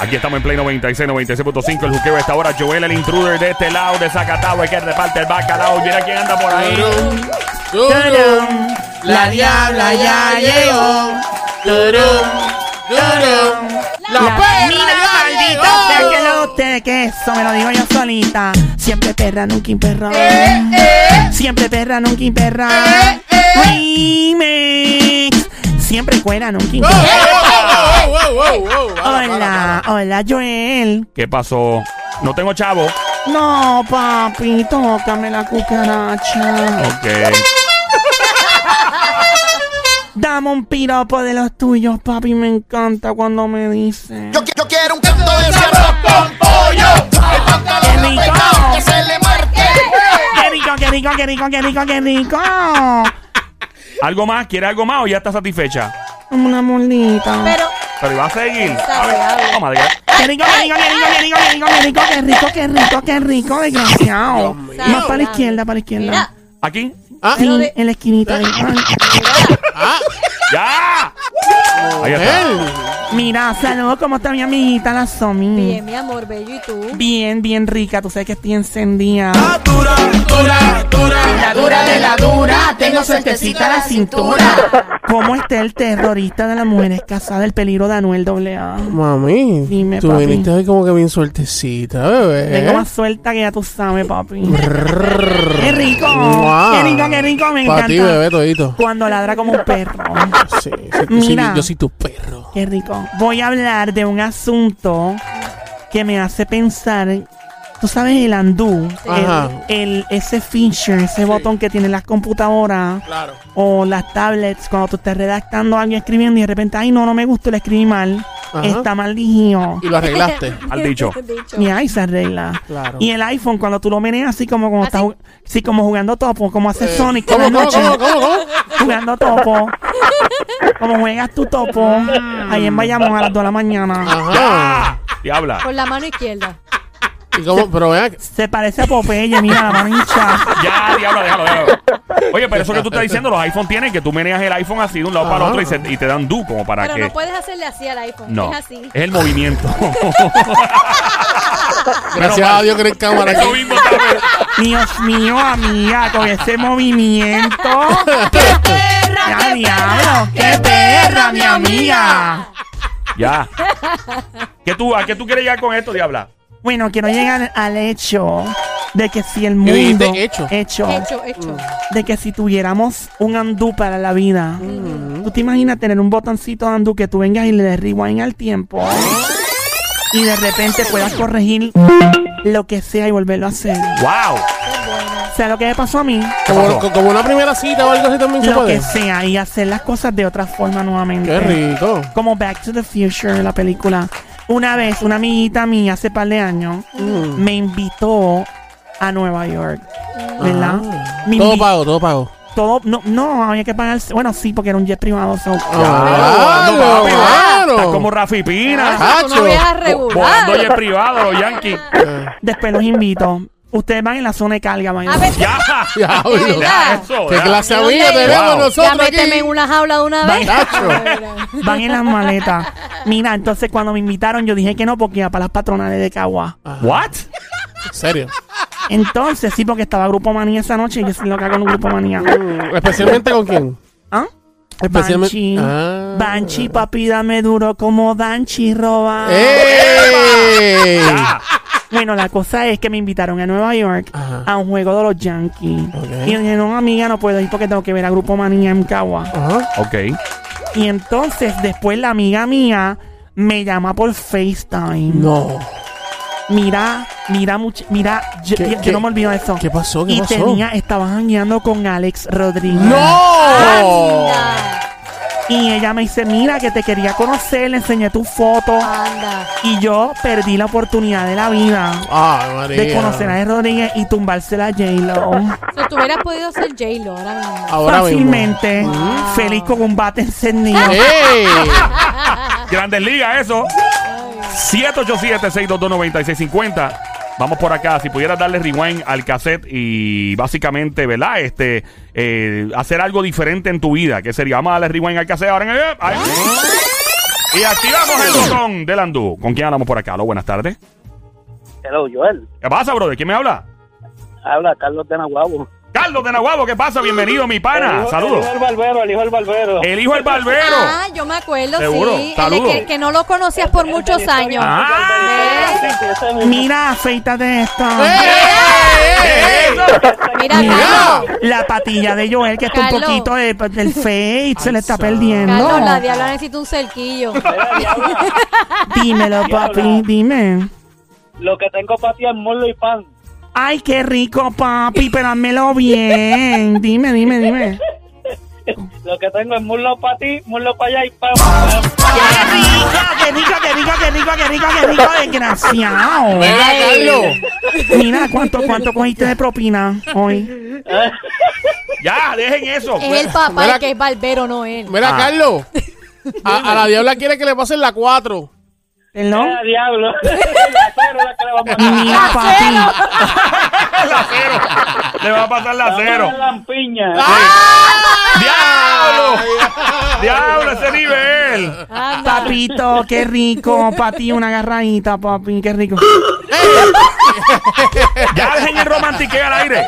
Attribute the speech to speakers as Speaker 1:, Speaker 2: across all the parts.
Speaker 1: Aquí estamos en Play 96, 96.5. El juqueo de esta hora. Joel, el intruder de este lado, de Zacatau, el que reparte el bacalao. Mira quién anda por ahí.
Speaker 2: Turum, la diabla ya llegó. Turum, turum, la, perra
Speaker 3: mira,
Speaker 2: ya
Speaker 3: maldita
Speaker 2: llegó.
Speaker 3: sea que lo ustedes que eso me lo digo yo solita. Siempre perra, nunca imperra.
Speaker 2: Eh, eh,
Speaker 3: Siempre perra, nunca imperra.
Speaker 2: Eh,
Speaker 3: Remix. Siempre cuera, nunca
Speaker 2: oh,
Speaker 3: imperra.
Speaker 2: oh, oh, oh, oh, oh, oh, oh. Para,
Speaker 3: Hola,
Speaker 2: para,
Speaker 3: hola Joel.
Speaker 1: ¿Qué pasó? No tengo chavo.
Speaker 3: No, papi, tócame la cucaracha.
Speaker 1: Ok.
Speaker 3: Dame un piropo de los tuyos, papi. Me encanta cuando me dicen.
Speaker 4: Yo, qui- yo quiero un canto de ese arroz con pollo. El
Speaker 3: ¡Qué
Speaker 4: pantalón
Speaker 3: rico!
Speaker 4: apretado que se le marque.
Speaker 3: ¡Qué rico, qué rico, qué rico, qué rico, qué rico!
Speaker 1: ¿Algo más? ¿Quiere algo más o ya está satisfecha?
Speaker 3: Una molita.
Speaker 5: Pero,
Speaker 1: Pero va a seguir.
Speaker 5: Está
Speaker 1: A ver,
Speaker 5: saciable.
Speaker 1: oh, madre.
Speaker 3: ¡Qué rico, qué rico, qué rico, qué rico, qué rico, qué rico, qué rico, qué rico, qué rico, desgraciado! Más para la izquierda, para la
Speaker 5: mira,
Speaker 3: izquierda.
Speaker 1: Aquí.
Speaker 2: para. Ah,
Speaker 3: Sí, en la esquinita. ahí. Ay,
Speaker 2: ah,
Speaker 1: ¡Ya! Ahí está.
Speaker 2: él.
Speaker 3: Mira, saludos, ¿cómo está mi amiguita, la Somi?
Speaker 5: bien, mi amor, bello, ¿y tú?
Speaker 3: Bien, bien rica, tú sabes que estoy encendida.
Speaker 6: Ah,
Speaker 2: Dura, dura, dura.
Speaker 6: La dura de la dura, tengo suertecita la cintura.
Speaker 3: ¿Cómo está el terrorista de las mujeres casadas, el peligro de Anuel AA?
Speaker 2: ¿Eh? Mami,
Speaker 3: Dime,
Speaker 2: tú
Speaker 3: papi.
Speaker 2: viniste hoy como que bien suertecita, bebé.
Speaker 3: Tengo más suelta que ya tú sabes, papi. ¡Qué rico!
Speaker 2: Mua.
Speaker 3: ¡Qué rico, qué rico! Me
Speaker 2: Para ti,
Speaker 3: encanta.
Speaker 2: bebé, todito.
Speaker 3: Cuando ladra como un perro.
Speaker 2: Sí, sí, tú sí,
Speaker 3: Mira.
Speaker 2: yo soy tu perro.
Speaker 3: Qué rico. Voy a hablar de un asunto que me hace pensar. Tú sabes el andú,
Speaker 2: Ajá.
Speaker 3: el, el- ese feature, ese botón que tienen las computadoras
Speaker 2: Claro.
Speaker 3: o las tablets cuando tú estás redactando algo y escribiendo y de repente, ay no, no me gustó, lo escribí mal,
Speaker 2: Ajá.
Speaker 3: está mal dirigido.
Speaker 2: Y lo arreglaste.
Speaker 1: Al dicho.
Speaker 3: Y ahí se arregla.
Speaker 2: Claro.
Speaker 3: Y el iPhone cuando tú lo meneas así como, como,
Speaker 5: Así.
Speaker 3: estás jug- sí, como jugando topo, como hace Sonic
Speaker 2: ¿Cómo,
Speaker 3: en la
Speaker 2: cómo,
Speaker 3: noche
Speaker 2: cómo, cómo, cómo?
Speaker 3: jugando topo. Como juegas tu topo. Ahí en Bayamón a las 2 de la mañana.
Speaker 2: Ajá.
Speaker 1: Ah, Diabla.
Speaker 5: Con la mano izquierda.
Speaker 2: ¿Y cómo? Pero vea,
Speaker 3: Se parece a Popeye, mira la mano hinchada.
Speaker 1: Ya, diabla, déjalo, déjalo. Oye, pero eso que tú estás diciendo, los iPhone tienen que tú meneas el iPhone así de un lado para
Speaker 2: Ajá.
Speaker 1: el otro y, se- y te dan du como para
Speaker 5: Pero
Speaker 1: que.
Speaker 5: no puedes hacerle así al iPhone,
Speaker 1: No,
Speaker 5: es así.
Speaker 1: el movimiento.
Speaker 2: gracias a Dios que eres cámara
Speaker 1: Eso
Speaker 2: aquí.
Speaker 1: mismo está-
Speaker 3: Dios mío, amiga, con ese movimiento. ¡Qué perra! ¡Qué diablo! ¡Qué perra, mi amiga!
Speaker 1: Ya. ¿Qué tú, ¿A qué tú quieres llegar con esto, diabla?
Speaker 3: Bueno, quiero llegar al hecho de que si el mundo.
Speaker 2: ¿Qué dijiste? Hecho.
Speaker 5: Hecho, hecho.
Speaker 1: Mm.
Speaker 3: de que si tuviéramos un andú para la vida, tú te imaginas tener un botoncito de andú que tú vengas y le des rewind al tiempo y de repente puedas corregir lo que sea y volverlo a hacer.
Speaker 1: ¡Wow!
Speaker 3: O sea, lo que me pasó a mí,
Speaker 2: Como,
Speaker 1: pasó?
Speaker 2: como una primera cita o algo así también se
Speaker 3: lo que
Speaker 2: puede.
Speaker 3: sea y hacer las cosas de otra forma nuevamente.
Speaker 2: Qué rico.
Speaker 3: Como Back to the Future, la película. Una vez, una amiguita mía hace par de años
Speaker 2: Mm.
Speaker 3: me invitó a Nueva York, ¿verdad? Me
Speaker 2: Ah. Todo
Speaker 3: invi-
Speaker 2: pago, todo pago.
Speaker 3: todo no no había que pagar bueno sí porque era un jet privado so-
Speaker 2: Ah,
Speaker 1: Volando, papi,
Speaker 2: claro.
Speaker 1: Estás como Rafi Pina.
Speaker 5: Ah, tú
Speaker 2: Hacho.
Speaker 5: no viajas
Speaker 1: Vo- Volando oye
Speaker 5: regular.
Speaker 1: privado, los Yankees.
Speaker 2: Ah,
Speaker 3: después los invito ustedes van en la zona de carga van
Speaker 5: A ver,
Speaker 1: ¡Ya!
Speaker 2: Diablo.
Speaker 5: De
Speaker 1: Ya,
Speaker 5: verdad.
Speaker 1: eso,
Speaker 2: Qué
Speaker 1: ya.
Speaker 2: clase
Speaker 5: Yo
Speaker 2: amiga
Speaker 5: sé.
Speaker 2: tenemos
Speaker 1: Wow.
Speaker 5: ya
Speaker 2: nosotros aquí.
Speaker 5: méteme en una jaula de una vez.
Speaker 2: Hacho.
Speaker 3: van en las maletas mira entonces cuando me invitaron yo dije que no porque iba para las patronales de Cagua
Speaker 2: Ah.
Speaker 1: ¿What?
Speaker 2: En serio.
Speaker 3: entonces sí porque estaba Grupo Manía esa noche y yo sé lo que hago en un Grupo Manía
Speaker 2: Especialmente con quién?
Speaker 3: ¿Ah?
Speaker 2: Especialmente.
Speaker 3: Banshee
Speaker 2: Ah.
Speaker 3: Banshee papi dame duro como Banshee roba
Speaker 2: Eh. ¡Ey!
Speaker 1: Ya.
Speaker 3: Bueno, la cosa es que me invitaron a Nueva York
Speaker 2: Ajá.
Speaker 3: a un juego de los Yankees.
Speaker 2: Ok.
Speaker 3: Y yo dije, no, amiga, no puedo ir porque tengo que ver a Grupo Manía en Cagua.
Speaker 2: Ajá.
Speaker 1: Ok.
Speaker 3: Y entonces, después la amiga mía me llama por FaceTime.
Speaker 2: No.
Speaker 3: Mira, mira, much- mira, yo,
Speaker 2: ¿Qué-
Speaker 3: yo- yo
Speaker 2: qué-
Speaker 3: no me olvido de eso.
Speaker 2: ¿Qué pasó? ¿Qué
Speaker 3: y
Speaker 2: pasó?
Speaker 3: tenía, estaba jangueando con Alex Rodríguez.
Speaker 2: ¡No!
Speaker 5: Anda,
Speaker 3: Y ella me dice, mira, que te quería conocer, le enseñé tu foto.
Speaker 5: anda.
Speaker 3: Y yo perdí la oportunidad de la vida
Speaker 2: Ay, Ah, María.
Speaker 3: de conocer a Alex Rodríguez y tumbársela a J-Lo.
Speaker 5: Si tú hubieras podido ser J-Lo ahora mismo.
Speaker 1: Ah,
Speaker 2: Ahora mismo.
Speaker 3: fácilmente feliz con un bate encendido.
Speaker 2: ¡Ey!
Speaker 1: Grandes ligas, eso. 787-622-9650. Vamos por acá. Si pudieras darle rewind al cassette y básicamente, ¿verdad? Este, eh, hacer algo diferente en tu vida. ¿Qué sería? Vamos a darle rewind al cassette ahora en el. Ay. Y activamos el botón del Andú. ¿Con quién hablamos por acá? Aló, buenas tardes.
Speaker 7: Hello, Joel.
Speaker 1: ¿Qué pasa, brother? ¿Quién me habla?
Speaker 7: Habla Carlos de Nahuabo.
Speaker 1: Carlos de Nahuabo, ¿qué pasa? Bienvenido, mi pana.
Speaker 7: El
Speaker 1: Saludos. Eh,
Speaker 7: hijo del barbero, el hijo del barbero.
Speaker 1: El hijo del barbero.
Speaker 5: Ah, yo me acuerdo,
Speaker 1: Seguro.
Speaker 5: sí. El de
Speaker 1: Saludos.
Speaker 5: que, que no lo conocías por muchos años.
Speaker 1: Ah.
Speaker 5: ¿Ves?
Speaker 3: Mira, afeítate esto.
Speaker 2: Eh.
Speaker 1: ¡Ey, ey!
Speaker 5: Mira, Carlos,
Speaker 3: La patilla de Joel, que está un
Speaker 5: Carlos.
Speaker 3: poquito de- pues, del face, se le está
Speaker 5: Carlos,
Speaker 3: perdiendo.
Speaker 5: la diabla necesita un cerquillo.
Speaker 3: Dímelo, papi,
Speaker 7: Diabla.
Speaker 3: dime.
Speaker 7: Lo que tengo para ti es muslo y pan.
Speaker 3: Ay, qué rico, papi, pero házmelo bien. Dime, dime, dime.
Speaker 7: Lo que tengo es muslo para ti, muslo para allá y pan.
Speaker 3: ¡Qué rico, qué rico, qué rico, qué rico, qué rico, qué rico, desgraciado!
Speaker 2: Mira, Carlos.
Speaker 3: Mira, ¿cuánto, cuánto cogiste de propina hoy?
Speaker 1: Ya, dejen eso.
Speaker 5: Es el papá
Speaker 2: Mira-
Speaker 5: el que es barbero, no él.
Speaker 2: Mira,
Speaker 1: Ah.
Speaker 2: Carlos. A, a la diabla quiere que le pasen la 4.
Speaker 3: ¿Perdón?
Speaker 7: ¡Ah, diablo! La cero es la que le va a pasar.
Speaker 3: Mira, papi.
Speaker 1: la cero. Le va a pasar la cero. Ah.
Speaker 7: Vamos a la piña.
Speaker 1: ¡Diablo! ¡Diablo, ese nivel!
Speaker 5: Anda.
Speaker 3: Papito, qué rico. Papi, una garraita, papi, qué rico.
Speaker 1: Ya dejen el romantiqueo al aire.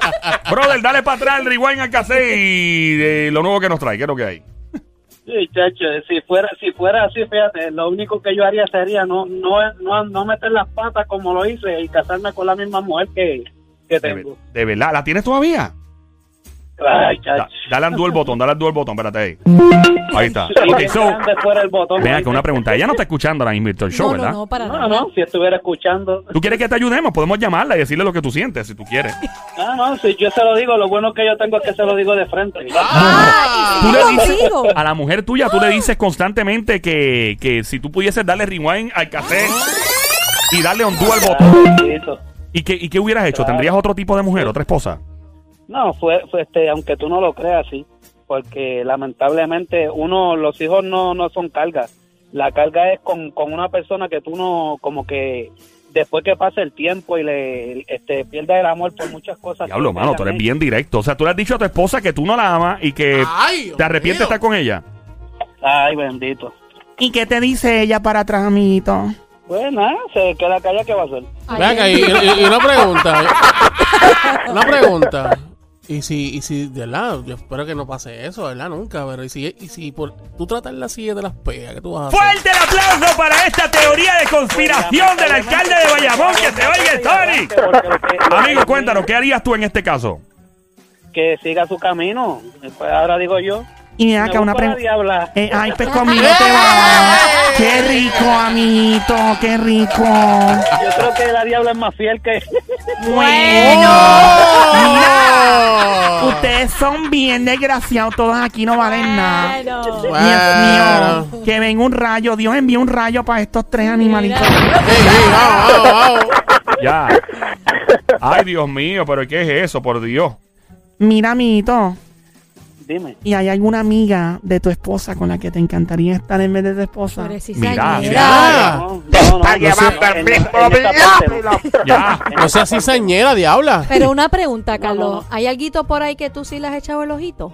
Speaker 1: Brother, dale para atrás el rewind al cassette y de lo nuevo que nos trae. ¿Qué es lo que hay?
Speaker 7: Sí, chacho, si fuera, si fuera así, fíjate, lo único que yo haría sería no, no, no, no meter las patas como lo hice y casarme con la misma mujer que, que
Speaker 1: De, ve-
Speaker 7: tengo.
Speaker 1: de verdad, ¿la tienes todavía?
Speaker 7: Ay,
Speaker 1: Da-
Speaker 7: chacho.
Speaker 1: dale andú el botón, dale andú el botón, espérate ahí. Ahí está. Ok, so,
Speaker 7: grande fuera el botón.
Speaker 1: ven acá una pregunta. Ella no está escuchando ahora mismo el show,
Speaker 5: No, no,
Speaker 1: ¿verdad?
Speaker 5: no, para
Speaker 7: No,
Speaker 5: nada.
Speaker 7: no, si estuviera escuchando.
Speaker 1: ¿Tú quieres que te ayudemos? Podemos llamarla y decirle lo que tú sientes, si tú quieres.
Speaker 7: No, no, si yo se lo digo, lo bueno que yo tengo es que se lo digo de frente.
Speaker 5: Ah,
Speaker 1: Tú
Speaker 5: y
Speaker 1: le
Speaker 5: sí,
Speaker 1: dices
Speaker 5: contigo.
Speaker 1: a la mujer tuya, tú le
Speaker 2: Ah.
Speaker 1: dices constantemente que, que si tú pudieses darle rewind al café y darle ondú al botón.
Speaker 7: Listo.
Speaker 1: ¿Y qué, ¿Y qué hubieras hecho? ¿Tendrías otro tipo de mujer, otra esposa?
Speaker 7: No, fue, fue este, aunque tú no lo creas, sí, porque lamentablemente uno, los hijos no, no son cargas. La carga es con, con una persona que tú no, como que después que pasa el tiempo y le este, pierdas el amor por muchas cosas.
Speaker 1: Diablo,
Speaker 7: que
Speaker 1: mano,
Speaker 7: hayan
Speaker 1: tú eres
Speaker 7: hecho.
Speaker 1: bien directo. O sea, tú le has dicho a tu esposa que tú no la amas y que
Speaker 2: Ay, Ah, Dios
Speaker 1: Eh, te arrepientes de
Speaker 2: mío.
Speaker 1: estar con ella.
Speaker 7: Ay, bendito.
Speaker 3: ¿Y qué te dice ella para atrás, amiguito?
Speaker 7: Pues nada, se queda callada, ¿qué va a hacer?
Speaker 5: Ay,
Speaker 2: Venga, y, y- y una pregunta. ¿eh? Una pregunta. Y si, y si, de verdad, yo espero que no pase eso, de ¿verdad? Nunca, pero y si, y si por tú tratas la silla de las pegas, ¿qué tú vas a hacer?
Speaker 1: Fuerte el aplauso para esta teoría de conspiración del alcalde de Bayamón. Que se oiga el Tony.
Speaker 7: Porque lo que- lo
Speaker 1: Amigo,
Speaker 7: que-
Speaker 1: cuéntanos, ¿qué harías tú en este caso?
Speaker 7: Que siga su camino. Pues ahora digo yo.
Speaker 3: Y mira
Speaker 7: me
Speaker 3: acá una
Speaker 7: busco la
Speaker 3: pregunta.
Speaker 7: diabla.
Speaker 3: Eh, ay, pues conmigo te va. Qué rico, amiguito, qué rico.
Speaker 7: Yo creo que la diabla es más fiel que...
Speaker 3: Bueno, mira, ustedes son bien desgraciados, todos aquí no valen nada.
Speaker 5: Claro.
Speaker 3: Dios
Speaker 2: Bueno.
Speaker 3: mío, que venga un rayo, Dios envía un rayo para estos tres animalitos.
Speaker 5: Mira.
Speaker 2: Ey, ey, vamos, vamos, vamos.
Speaker 1: Ya. Ay, Dios mío, pero ¿qué es eso? Por Dios.
Speaker 3: Mira, amiguito,
Speaker 7: Dime.
Speaker 3: ¿y hay alguna amiga de tu esposa con la que te encantaría estar en vez de tu esposa?
Speaker 5: Pero es
Speaker 1: Mira,
Speaker 5: cizañera.
Speaker 2: mira.
Speaker 7: No, no, no, no,
Speaker 2: Ah. llevando
Speaker 7: en- en esta parte no.
Speaker 1: Ya.
Speaker 2: No seas cizañera, diabla.
Speaker 5: Pero una pregunta,
Speaker 7: No, no,
Speaker 5: Carlos.
Speaker 7: no.
Speaker 5: ¿Hay alguito por ahí que tú sí le has echado el ojito?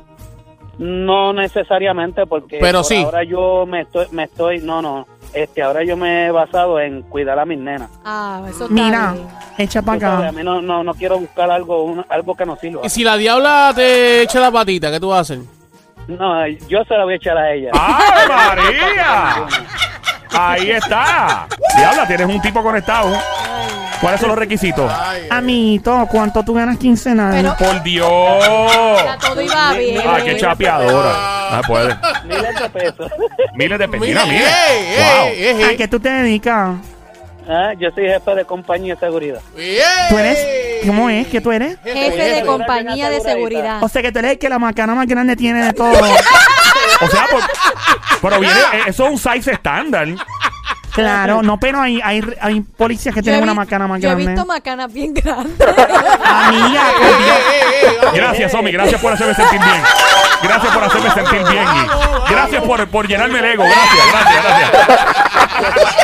Speaker 7: No necesariamente porque
Speaker 2: Pero
Speaker 7: por
Speaker 2: sí.
Speaker 7: ahora yo me estoy, me estoy, no, no, este, ahora yo me he basado en cuidar a mis nenas.
Speaker 5: Ah, eso está
Speaker 3: Mira,
Speaker 5: bien.
Speaker 3: echa
Speaker 7: Tú
Speaker 3: para
Speaker 7: sabes, a
Speaker 3: acá.
Speaker 7: mí no, no, no quiero buscar algo, un- algo que no sirva.
Speaker 2: Y si la diabla te echa la patita, ¿qué tú vas a hacer?
Speaker 7: No, yo se la voy a echar a ella.
Speaker 1: ¡Ay,
Speaker 2: Ah.
Speaker 1: María! Ahí está. Diabla, tienes un tipo conectado. ¿Cuáles son los requisitos?
Speaker 3: Amiguito, ¿cuánto tú ganas quincenal?
Speaker 5: Pero
Speaker 1: Por Dios.
Speaker 5: ya todo iba bien.
Speaker 1: Ah, qué chapeadora. No se puede.
Speaker 7: Miles de pesos.
Speaker 1: Miles de pesos. Pues Mira,
Speaker 2: Mira,
Speaker 1: mira.
Speaker 2: ey,
Speaker 1: Wow.
Speaker 2: ey, ey,
Speaker 3: ¿A qué tú te dedicas?
Speaker 7: Ah, yo soy jefe de compañía de seguridad.
Speaker 2: ey.
Speaker 3: ¿Tú eres? ¿Cómo es que tú eres?
Speaker 5: Jefe de compañía de seguridad.
Speaker 3: O sea que tú eres el que la macana más grande tiene de todo.
Speaker 1: O sea, por- pero viene, eh, eso es un size estándar.
Speaker 3: claro, no, pero hay, hay, hay policías que
Speaker 5: Yo he
Speaker 3: tienen una
Speaker 5: vi-
Speaker 3: macana más
Speaker 5: yo he
Speaker 3: grande.
Speaker 5: visto macanas bien grandes.
Speaker 3: Amiga, por Dios.
Speaker 1: Gracias, Omi. Gracias por hacerme sentir bien. Gracias por hacerme sentir bien. y Gracias por, por llenarme el ego. Gracias, gracias, gracias.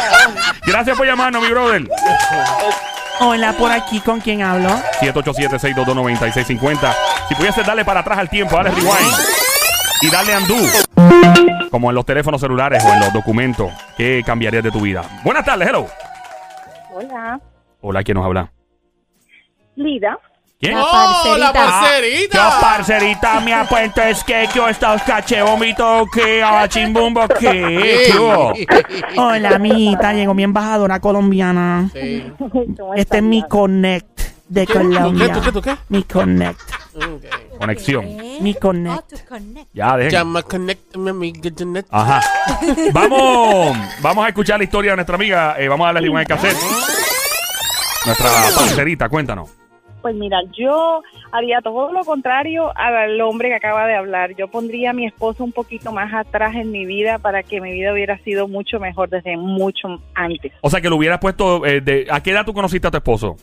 Speaker 1: Gracias por llamarnos, mi brother.
Speaker 3: hola, por aquí, ¿con quién hablo?
Speaker 1: 787-622-9650. Si pudiese darle para atrás al tiempo, dale rewind. Y dale andú. como en los teléfonos celulares o en los documentos, ¿qué cambiarías de tu vida? Buenas tardes, hello.
Speaker 8: Hola,
Speaker 1: Hola, ¿quién nos habla?
Speaker 8: Lida.
Speaker 1: ¿Quién? Ah,
Speaker 5: La
Speaker 2: ¡Oh, la
Speaker 5: parcerita.
Speaker 1: Yo,
Speaker 2: parcerita!
Speaker 1: parcerita, me apuesto es que yo estaba caché, vomito, que a chimbumbo, que ¿qué hubo?
Speaker 3: Hola, amiguita. Llegó mi embajadora colombiana.
Speaker 2: Sí.
Speaker 8: ¿Cómo
Speaker 3: Este es
Speaker 8: están?
Speaker 3: mi connect de
Speaker 2: ¿Qué? ¿Tú qué?
Speaker 3: Colombia.
Speaker 2: ¿Tú qué? ¿Tú qué?
Speaker 3: Mi connect.
Speaker 2: Ok.
Speaker 1: Conexión.
Speaker 5: ¿Eh?
Speaker 3: Mi
Speaker 5: Oh,
Speaker 3: connect.
Speaker 5: to connect.
Speaker 1: Ya, dejen.
Speaker 2: Llama, connect, mi amiga Janet.
Speaker 1: Ajá. Vamos, vamos a escuchar la historia de nuestra amiga. eh, vamos a darle igual el cassette. Nuestra parcerita, cuéntanos.
Speaker 8: Pues mira, yo haría todo lo contrario al hombre que acaba de hablar. Yo pondría a mi esposo un poquito más atrás en mi vida para que mi vida hubiera sido mucho mejor desde mucho antes.
Speaker 1: O sea, que lo hubieras puesto. eh, de, ¿A qué edad tú conociste a tu esposo?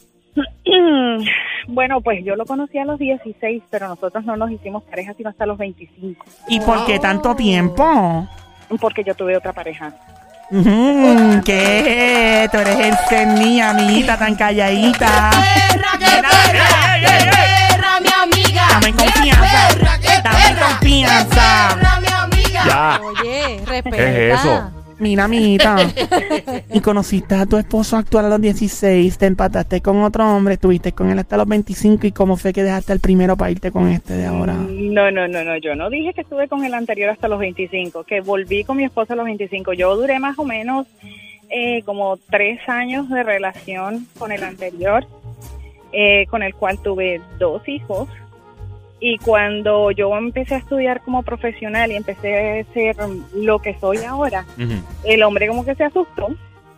Speaker 8: Bueno, pues yo lo conocí a los 16, pero nosotros no nos hicimos pareja sino hasta los 25,
Speaker 3: ¿Y por qué tanto tiempo?
Speaker 8: porque yo tuve otra pareja.
Speaker 3: Ujú, ¿Qué? Tú eres el Cerny, amiguita tan calladita.
Speaker 6: Perra, qué perra,
Speaker 1: ey,
Speaker 6: qué
Speaker 1: ey, ey!
Speaker 6: perra, mi amiga.
Speaker 3: Dame
Speaker 6: Qué
Speaker 3: confianza,
Speaker 6: perra, qué
Speaker 3: dame
Speaker 6: perra,
Speaker 3: confianza.
Speaker 6: qué perra, mi amiga.
Speaker 1: Ya.
Speaker 5: Oye, respeta.
Speaker 1: ¿Qué es eso?
Speaker 3: Mira, amiguita. Y conociste a tu esposo actual a los 16, te empataste con otro hombre, estuviste con él hasta los 25 y cómo fue que dejaste el primero para irte con este de ahora.
Speaker 8: No, no, no, no, yo no dije que estuve con el anterior hasta los 25, que volví con mi esposo a los 25. Yo duré más o menos eh, como tres años de relación con el anterior, eh, con el cual tuve dos hijos. Y cuando yo empecé a estudiar como profesional y empecé a ser lo que soy ahora,
Speaker 1: Ujú.
Speaker 8: el hombre como que se asustó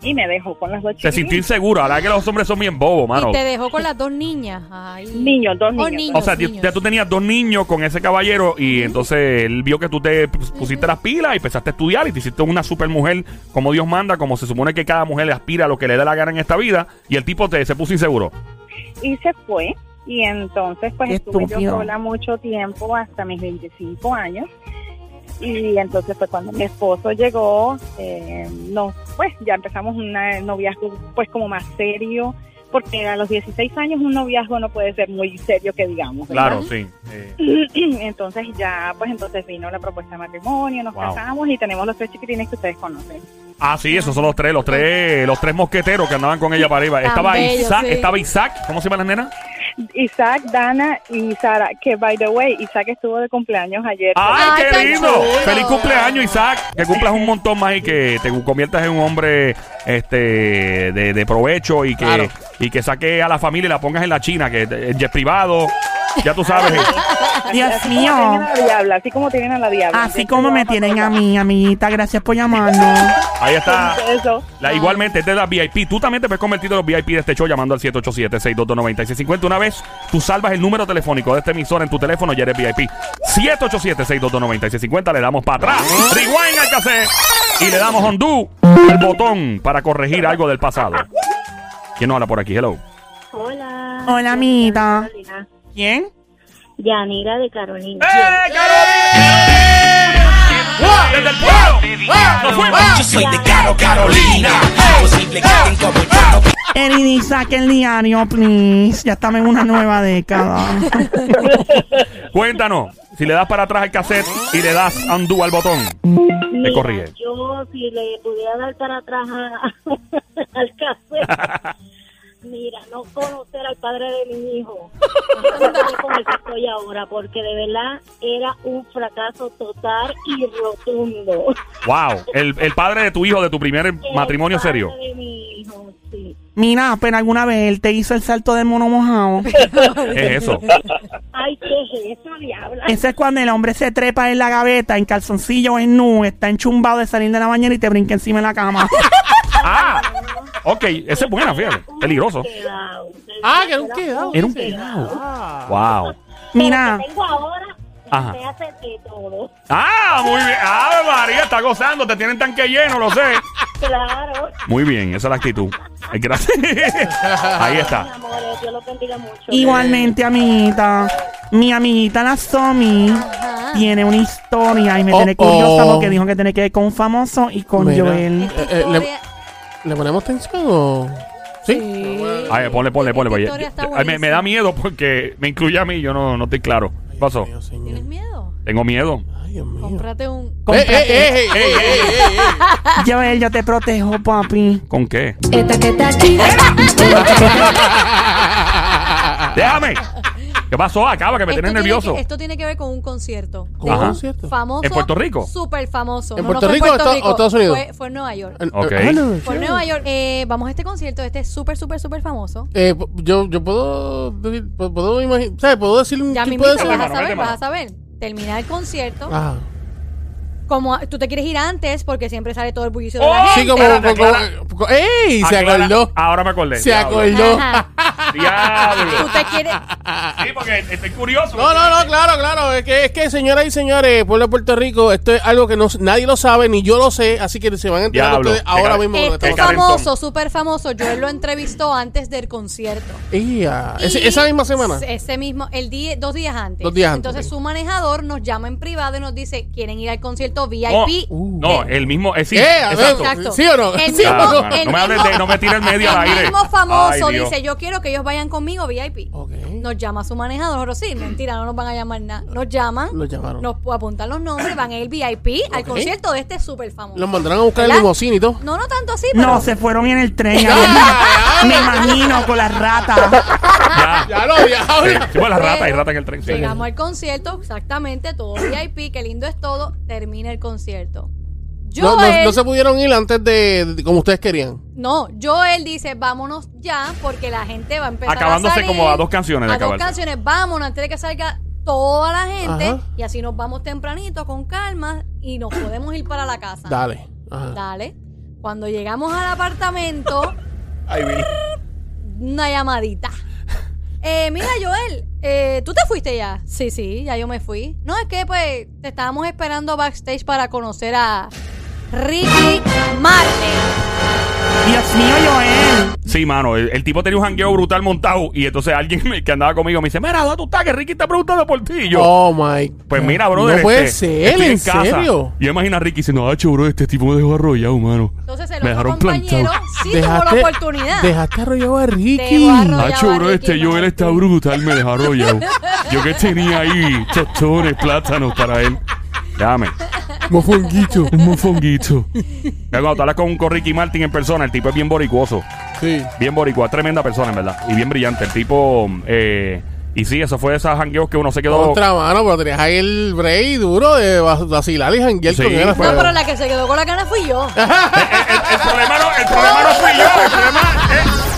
Speaker 8: y me dejó con las dos
Speaker 1: Se
Speaker 8: chicas.
Speaker 1: sintió insegura. La verdad que los hombres son bien bobos, mano.
Speaker 5: Y te dejó con las dos niñas. Ay.
Speaker 8: Niños, dos
Speaker 5: Oh,
Speaker 8: niños.
Speaker 5: niños.
Speaker 1: O sea, ti-
Speaker 5: niños.
Speaker 1: ya tú tenías dos niños con ese caballero y entonces él vio que tú te pus- pusiste las pilas y empezaste a estudiar y te hiciste una super mujer como Dios manda, como se supone que cada mujer le aspira a lo que le dé la gana en esta vida y el tipo te, se puso inseguro.
Speaker 5: Pues
Speaker 8: y se fue. Y entonces, pues
Speaker 3: Qué
Speaker 8: estuve
Speaker 3: estúpido.
Speaker 8: yo sola mucho tiempo, hasta mis 25 años. Y entonces fue cuando mi esposo llegó, eh, no, pues ya empezamos un noviazgo pues como más serio, porque a los 16 años un noviazgo no puede ser muy serio que digamos. ¿verdad?
Speaker 1: Claro, sí. Eh,
Speaker 8: Entonces ya, pues entonces vino la propuesta de matrimonio, nos
Speaker 1: Wow.
Speaker 8: casamos y tenemos los tres chiquitines que ustedes conocen.
Speaker 1: ah, sí, esos son los tres, los tres, los tres mosqueteros que andaban con ella para arriba.
Speaker 5: Tan
Speaker 1: Estaba
Speaker 5: bello,
Speaker 1: Isaac,
Speaker 5: sí.
Speaker 1: estaba Isaac, ¿cómo se llama la nena?
Speaker 8: Isaac, Dana y Sara, que by the way, Isaac estuvo de cumpleaños ayer.
Speaker 3: Ah,
Speaker 1: ¡Ay,
Speaker 5: Ay,
Speaker 1: qué
Speaker 5: tan
Speaker 1: lindo!
Speaker 5: chulo.
Speaker 1: ¡Feliz cumpleaños, Isaac! Que cumplas un montón más y que te conviertas en un hombre este de, de provecho y que,
Speaker 2: Claro.
Speaker 1: y que saque a la familia y la pongas en la China, que en jet privado. Ya tú sabes.
Speaker 3: Dios
Speaker 8: Así como tienen
Speaker 3: mío.
Speaker 8: a la diabla, así como tienen a la diabla.
Speaker 3: Así como me tienen a mí, amiguita. Gracias por llamarnos.
Speaker 1: Ahí está.
Speaker 8: Eso.
Speaker 1: La, igualmente, es de las VIP. Tú también te puedes convertir en los VIP de este show llamando al 787-622-9650. Una vez tú salvas el número telefónico de este emisor en tu teléfono, ya eres VIP. 787-622-9650. Le damos para atrás. Rewind al cassette. Y le damos undo el botón para corregir algo del pasado. ¿Quién nos habla por aquí? Hello.
Speaker 8: Hola.
Speaker 3: Hola, amiguita. ¿Quién?
Speaker 8: Yanira de Carolina.
Speaker 1: ¡Desde el pueblo! ¡Nos fuimos!
Speaker 4: Yo soy de Caro Carolina. Posible que alguien como yo no
Speaker 3: Eridi, saque el diario, please. Ya estamos en una nueva década.
Speaker 1: Cuéntanos. Si le das para atrás al cassette y le das undo al botón. Te corrige.
Speaker 8: Yo, si le pudiera dar para atrás a- al café. Mira, no conocer al padre de mi hijo. Yo me quedé con el que estoy ahora, porque de verdad era un fracaso total y rotundo.
Speaker 1: Wow, el, el padre de tu hijo, de tu primer
Speaker 8: El
Speaker 1: matrimonio serio.
Speaker 8: padre de mi hijo, sí.
Speaker 3: Mira, pero alguna vez él te hizo el salto de mono mojado.
Speaker 1: ¿Qué es eso?
Speaker 8: Ay, qué es eso, diabla.
Speaker 3: Ese es cuando el hombre se trepa en la gaveta, en calzoncillo, en nu, está enchumbado de salir de la bañera y te brinca encima de la cama.
Speaker 1: Ah, ok, esa es buena, fíjate. Peligroso.
Speaker 8: Quedado. De
Speaker 2: Ah,
Speaker 8: verdad,
Speaker 2: que era un quedado.
Speaker 1: Era un
Speaker 2: dice.
Speaker 1: quedado.
Speaker 2: Ah.
Speaker 1: Wow.
Speaker 3: Mira,
Speaker 8: Lo que tengo ahora
Speaker 1: Ajá.
Speaker 8: me hace de todo.
Speaker 1: Ah, muy bien. Ah, María, está gozando. Te tienen tanque lleno, lo sé.
Speaker 8: Claro.
Speaker 1: Muy bien, esa es la actitud. Eh, Gracias. Ahí
Speaker 8: Mi
Speaker 1: está.
Speaker 8: amor, eh, Dios los bendiga mucho.
Speaker 3: igualmente, amiguita. Mi amiguita la Somi
Speaker 5: Ajá.
Speaker 3: tiene una historia y me
Speaker 2: Oh,
Speaker 3: tiene curiosa
Speaker 2: oh.
Speaker 3: porque dijo que tiene que ver con un famoso y con
Speaker 2: Mira.
Speaker 3: Joel.
Speaker 5: Esta
Speaker 2: Eh, eh, le-
Speaker 5: historia-
Speaker 2: ¿Le ponemos tensión o...? ¿Sí?
Speaker 1: Ay, ponle, ponle, ponle.
Speaker 5: Esta
Speaker 1: vaya.
Speaker 5: historia está
Speaker 1: Ay, me, me da miedo porque me incluye a mí. Yo no, no estoy claro. ¿Qué pasó?
Speaker 2: Dios mío, señor.
Speaker 5: ¿Tienes miedo?
Speaker 1: Tengo miedo.
Speaker 2: Ay, Dios mío.
Speaker 5: Cómprate un.
Speaker 2: Eh,
Speaker 3: Cómprate.
Speaker 2: eh, eh, eh, eh, eh, eh, eh.
Speaker 3: Joel, yo te protejo, papi.
Speaker 1: ¿Con qué?
Speaker 6: Esta que está aquí.
Speaker 1: ¡Déjame! ¿Qué pasó? Acaba, que me
Speaker 5: Esto
Speaker 1: tienes
Speaker 5: tiene
Speaker 1: nervioso.
Speaker 5: que- esto tiene que ver con un concierto.
Speaker 2: ¿Con
Speaker 1: Ajá.
Speaker 2: un concierto?
Speaker 5: Famoso.
Speaker 1: ¿En Puerto Rico?
Speaker 5: Súper famoso.
Speaker 2: ¿En
Speaker 5: No, no
Speaker 2: Puerto
Speaker 5: fue
Speaker 2: Rico o esto- o Estados Unidos?
Speaker 5: Fue, fue en Nueva York.
Speaker 2: En-
Speaker 1: Ok.
Speaker 2: ah, no,
Speaker 5: Fue en
Speaker 2: sí.
Speaker 5: Nueva York. Eh, vamos a este concierto. Este es súper, súper, súper famoso.
Speaker 2: Eh, po- yo, yo puedo, decir- puedo, puedo imaginar, ¿sabes? Puedo decir un
Speaker 5: Ya
Speaker 2: tipo
Speaker 5: mismo
Speaker 2: de
Speaker 5: vas
Speaker 1: mete
Speaker 5: a
Speaker 1: mano, mete
Speaker 5: saber, vas
Speaker 1: mano.
Speaker 5: a saber. Termina el concierto.
Speaker 2: Ah.
Speaker 5: Como a- tú te quieres ir antes porque siempre sale todo el bullicio de
Speaker 1: ¡Oh!
Speaker 5: la
Speaker 2: Sí,
Speaker 5: gente.
Speaker 2: como,
Speaker 1: Espérate,
Speaker 2: como-
Speaker 1: aclara.
Speaker 2: como- ¡Ey! Se
Speaker 1: Aclara-
Speaker 2: acordó.
Speaker 1: Ahora me acordé.
Speaker 2: Se
Speaker 1: Diablo.
Speaker 2: acordó.
Speaker 5: Ajá. Tú
Speaker 1: Diablo.
Speaker 5: te quieres.
Speaker 1: Sí, porque estoy curioso.
Speaker 2: No, no, no, claro, claro. Es que, es que señoras y señores, pueblo de Puerto Rico, esto es algo que no, nadie lo sabe, ni yo lo sé, así que se van a enterar
Speaker 1: Diablo,
Speaker 2: ustedes ahora
Speaker 1: qué
Speaker 2: mismo. de lo que
Speaker 5: Este
Speaker 1: Qué
Speaker 5: es
Speaker 2: estamos
Speaker 1: calentón.
Speaker 5: famoso, súper famoso. Yo lo entrevistó antes del concierto.
Speaker 2: haciendo. Ia,
Speaker 5: Y
Speaker 2: ese- esa misma semana.
Speaker 5: Ese mismo, el día, dos días antes.
Speaker 2: Dos días antes,
Speaker 5: Entonces
Speaker 2: sí.
Speaker 5: su manejador nos llama en privado y nos dice, ¿quieren ir al concierto
Speaker 1: No, uh,
Speaker 5: VIP?
Speaker 1: no, el mismo. eh, sí,
Speaker 2: Eh, a ver,
Speaker 1: exacto.
Speaker 5: Exacto.
Speaker 2: ¿Sí o no?
Speaker 5: El
Speaker 2: ¿Sí
Speaker 5: mismo,
Speaker 2: o
Speaker 1: Claro,
Speaker 2: no?
Speaker 1: mano,
Speaker 5: el
Speaker 1: no me hables
Speaker 5: mismo-
Speaker 1: de- no me tires el medio al aire.
Speaker 5: mismo famoso
Speaker 1: Ay, Dios.
Speaker 5: dice, yo quiero que ellos vayan conmigo VIP.
Speaker 2: Ok.
Speaker 5: Nos llama su manejador, nosotros sí, mentira, no nos van a llamar nada. Nos llaman,
Speaker 2: Los llamaron.
Speaker 5: nos apuntan los nombres, van el VIP al concierto de este súper famoso.
Speaker 2: Los mandaron a buscar el
Speaker 5: ¿Verdad?
Speaker 2: limosín y todo.
Speaker 5: No, no tanto así, pero...
Speaker 3: No, se fueron en el tren. Abel. Me imagino con las ratas.
Speaker 1: Ya.
Speaker 2: Ya lo vi,
Speaker 1: Sí,
Speaker 2: ahora.
Speaker 1: sí, pues, la
Speaker 5: Pero
Speaker 1: rata, hay rata en el tren. sí.
Speaker 5: Llegamos al concierto, exactamente, todo VIP, qué lindo es todo. Termina el concierto.
Speaker 2: No,
Speaker 5: Yo
Speaker 2: no, no se pudieron ir antes de, de- como ustedes querían.
Speaker 5: No, Joel dice, vámonos ya, porque la gente va a empezar
Speaker 1: Acabándose
Speaker 5: a salir.
Speaker 1: como a dos canciones de
Speaker 5: A dos
Speaker 1: acabarse.
Speaker 5: canciones, vámonos antes de que salga toda la gente.
Speaker 2: Ajá.
Speaker 5: Y así nos vamos tempranito, con calma, y nos podemos ir para la casa.
Speaker 2: Dale. Ajá.
Speaker 5: Dale. Cuando llegamos al apartamento,
Speaker 1: Ay, Billy.
Speaker 5: una llamadita. Eh, mira, Joel, eh, ¿tú te fuiste ya? Sí, sí, ya yo me fui. No, es que pues te estábamos esperando backstage para conocer a Ricky Marley.
Speaker 3: Dios mío, Joel.
Speaker 1: Sí, mano, el, el tipo tenía un jangueo brutal montado y entonces alguien me- que andaba conmigo me dice, mira, ¿dónde tú estás? Que Ricky está preguntando por ti. Y yo,
Speaker 2: Oh my.
Speaker 1: pues
Speaker 2: God.
Speaker 1: mira, brother.
Speaker 2: No puede
Speaker 1: este,
Speaker 2: ser,
Speaker 1: estoy
Speaker 2: en,
Speaker 1: casa.
Speaker 2: serio.
Speaker 1: Yo imagino a Ricky diciendo, ah, bro, este tipo me dejó arrollado, mano.
Speaker 5: Entonces
Speaker 1: Me
Speaker 5: el otro
Speaker 1: dejaron
Speaker 5: compañero
Speaker 1: plantado. Ah,
Speaker 5: sí tuvo la oportunidad.
Speaker 2: Dejaste arrollado a Ricky.
Speaker 5: Dejó arrollado.
Speaker 1: Nacho, bro,
Speaker 5: Ricky
Speaker 1: este Joel
Speaker 5: Martin.
Speaker 1: está brutal, me dejó arrollado. Yo que tenía ahí tostones, plátanos para él. Dame.
Speaker 2: Mofonguito.
Speaker 1: Un mofonguito. Cuando tú hablas con, con Ricky Martin en persona, el tipo es bien boricuoso.
Speaker 2: Sí.
Speaker 1: Bien boricua, tremenda persona, en verdad. Y bien brillante. El tipo, eh, y sí, eso fue de esas jangueos que uno se quedó.
Speaker 2: Otra mano, pero tenías ahí el break duro de va- vacilar y janguear
Speaker 1: Sí,
Speaker 2: con él.
Speaker 1: pues.
Speaker 5: No, pero
Speaker 1: Eh,
Speaker 5: la que se quedó con la gana fui yo.
Speaker 1: El, el- el problema no, el problema no fui yo, el problema es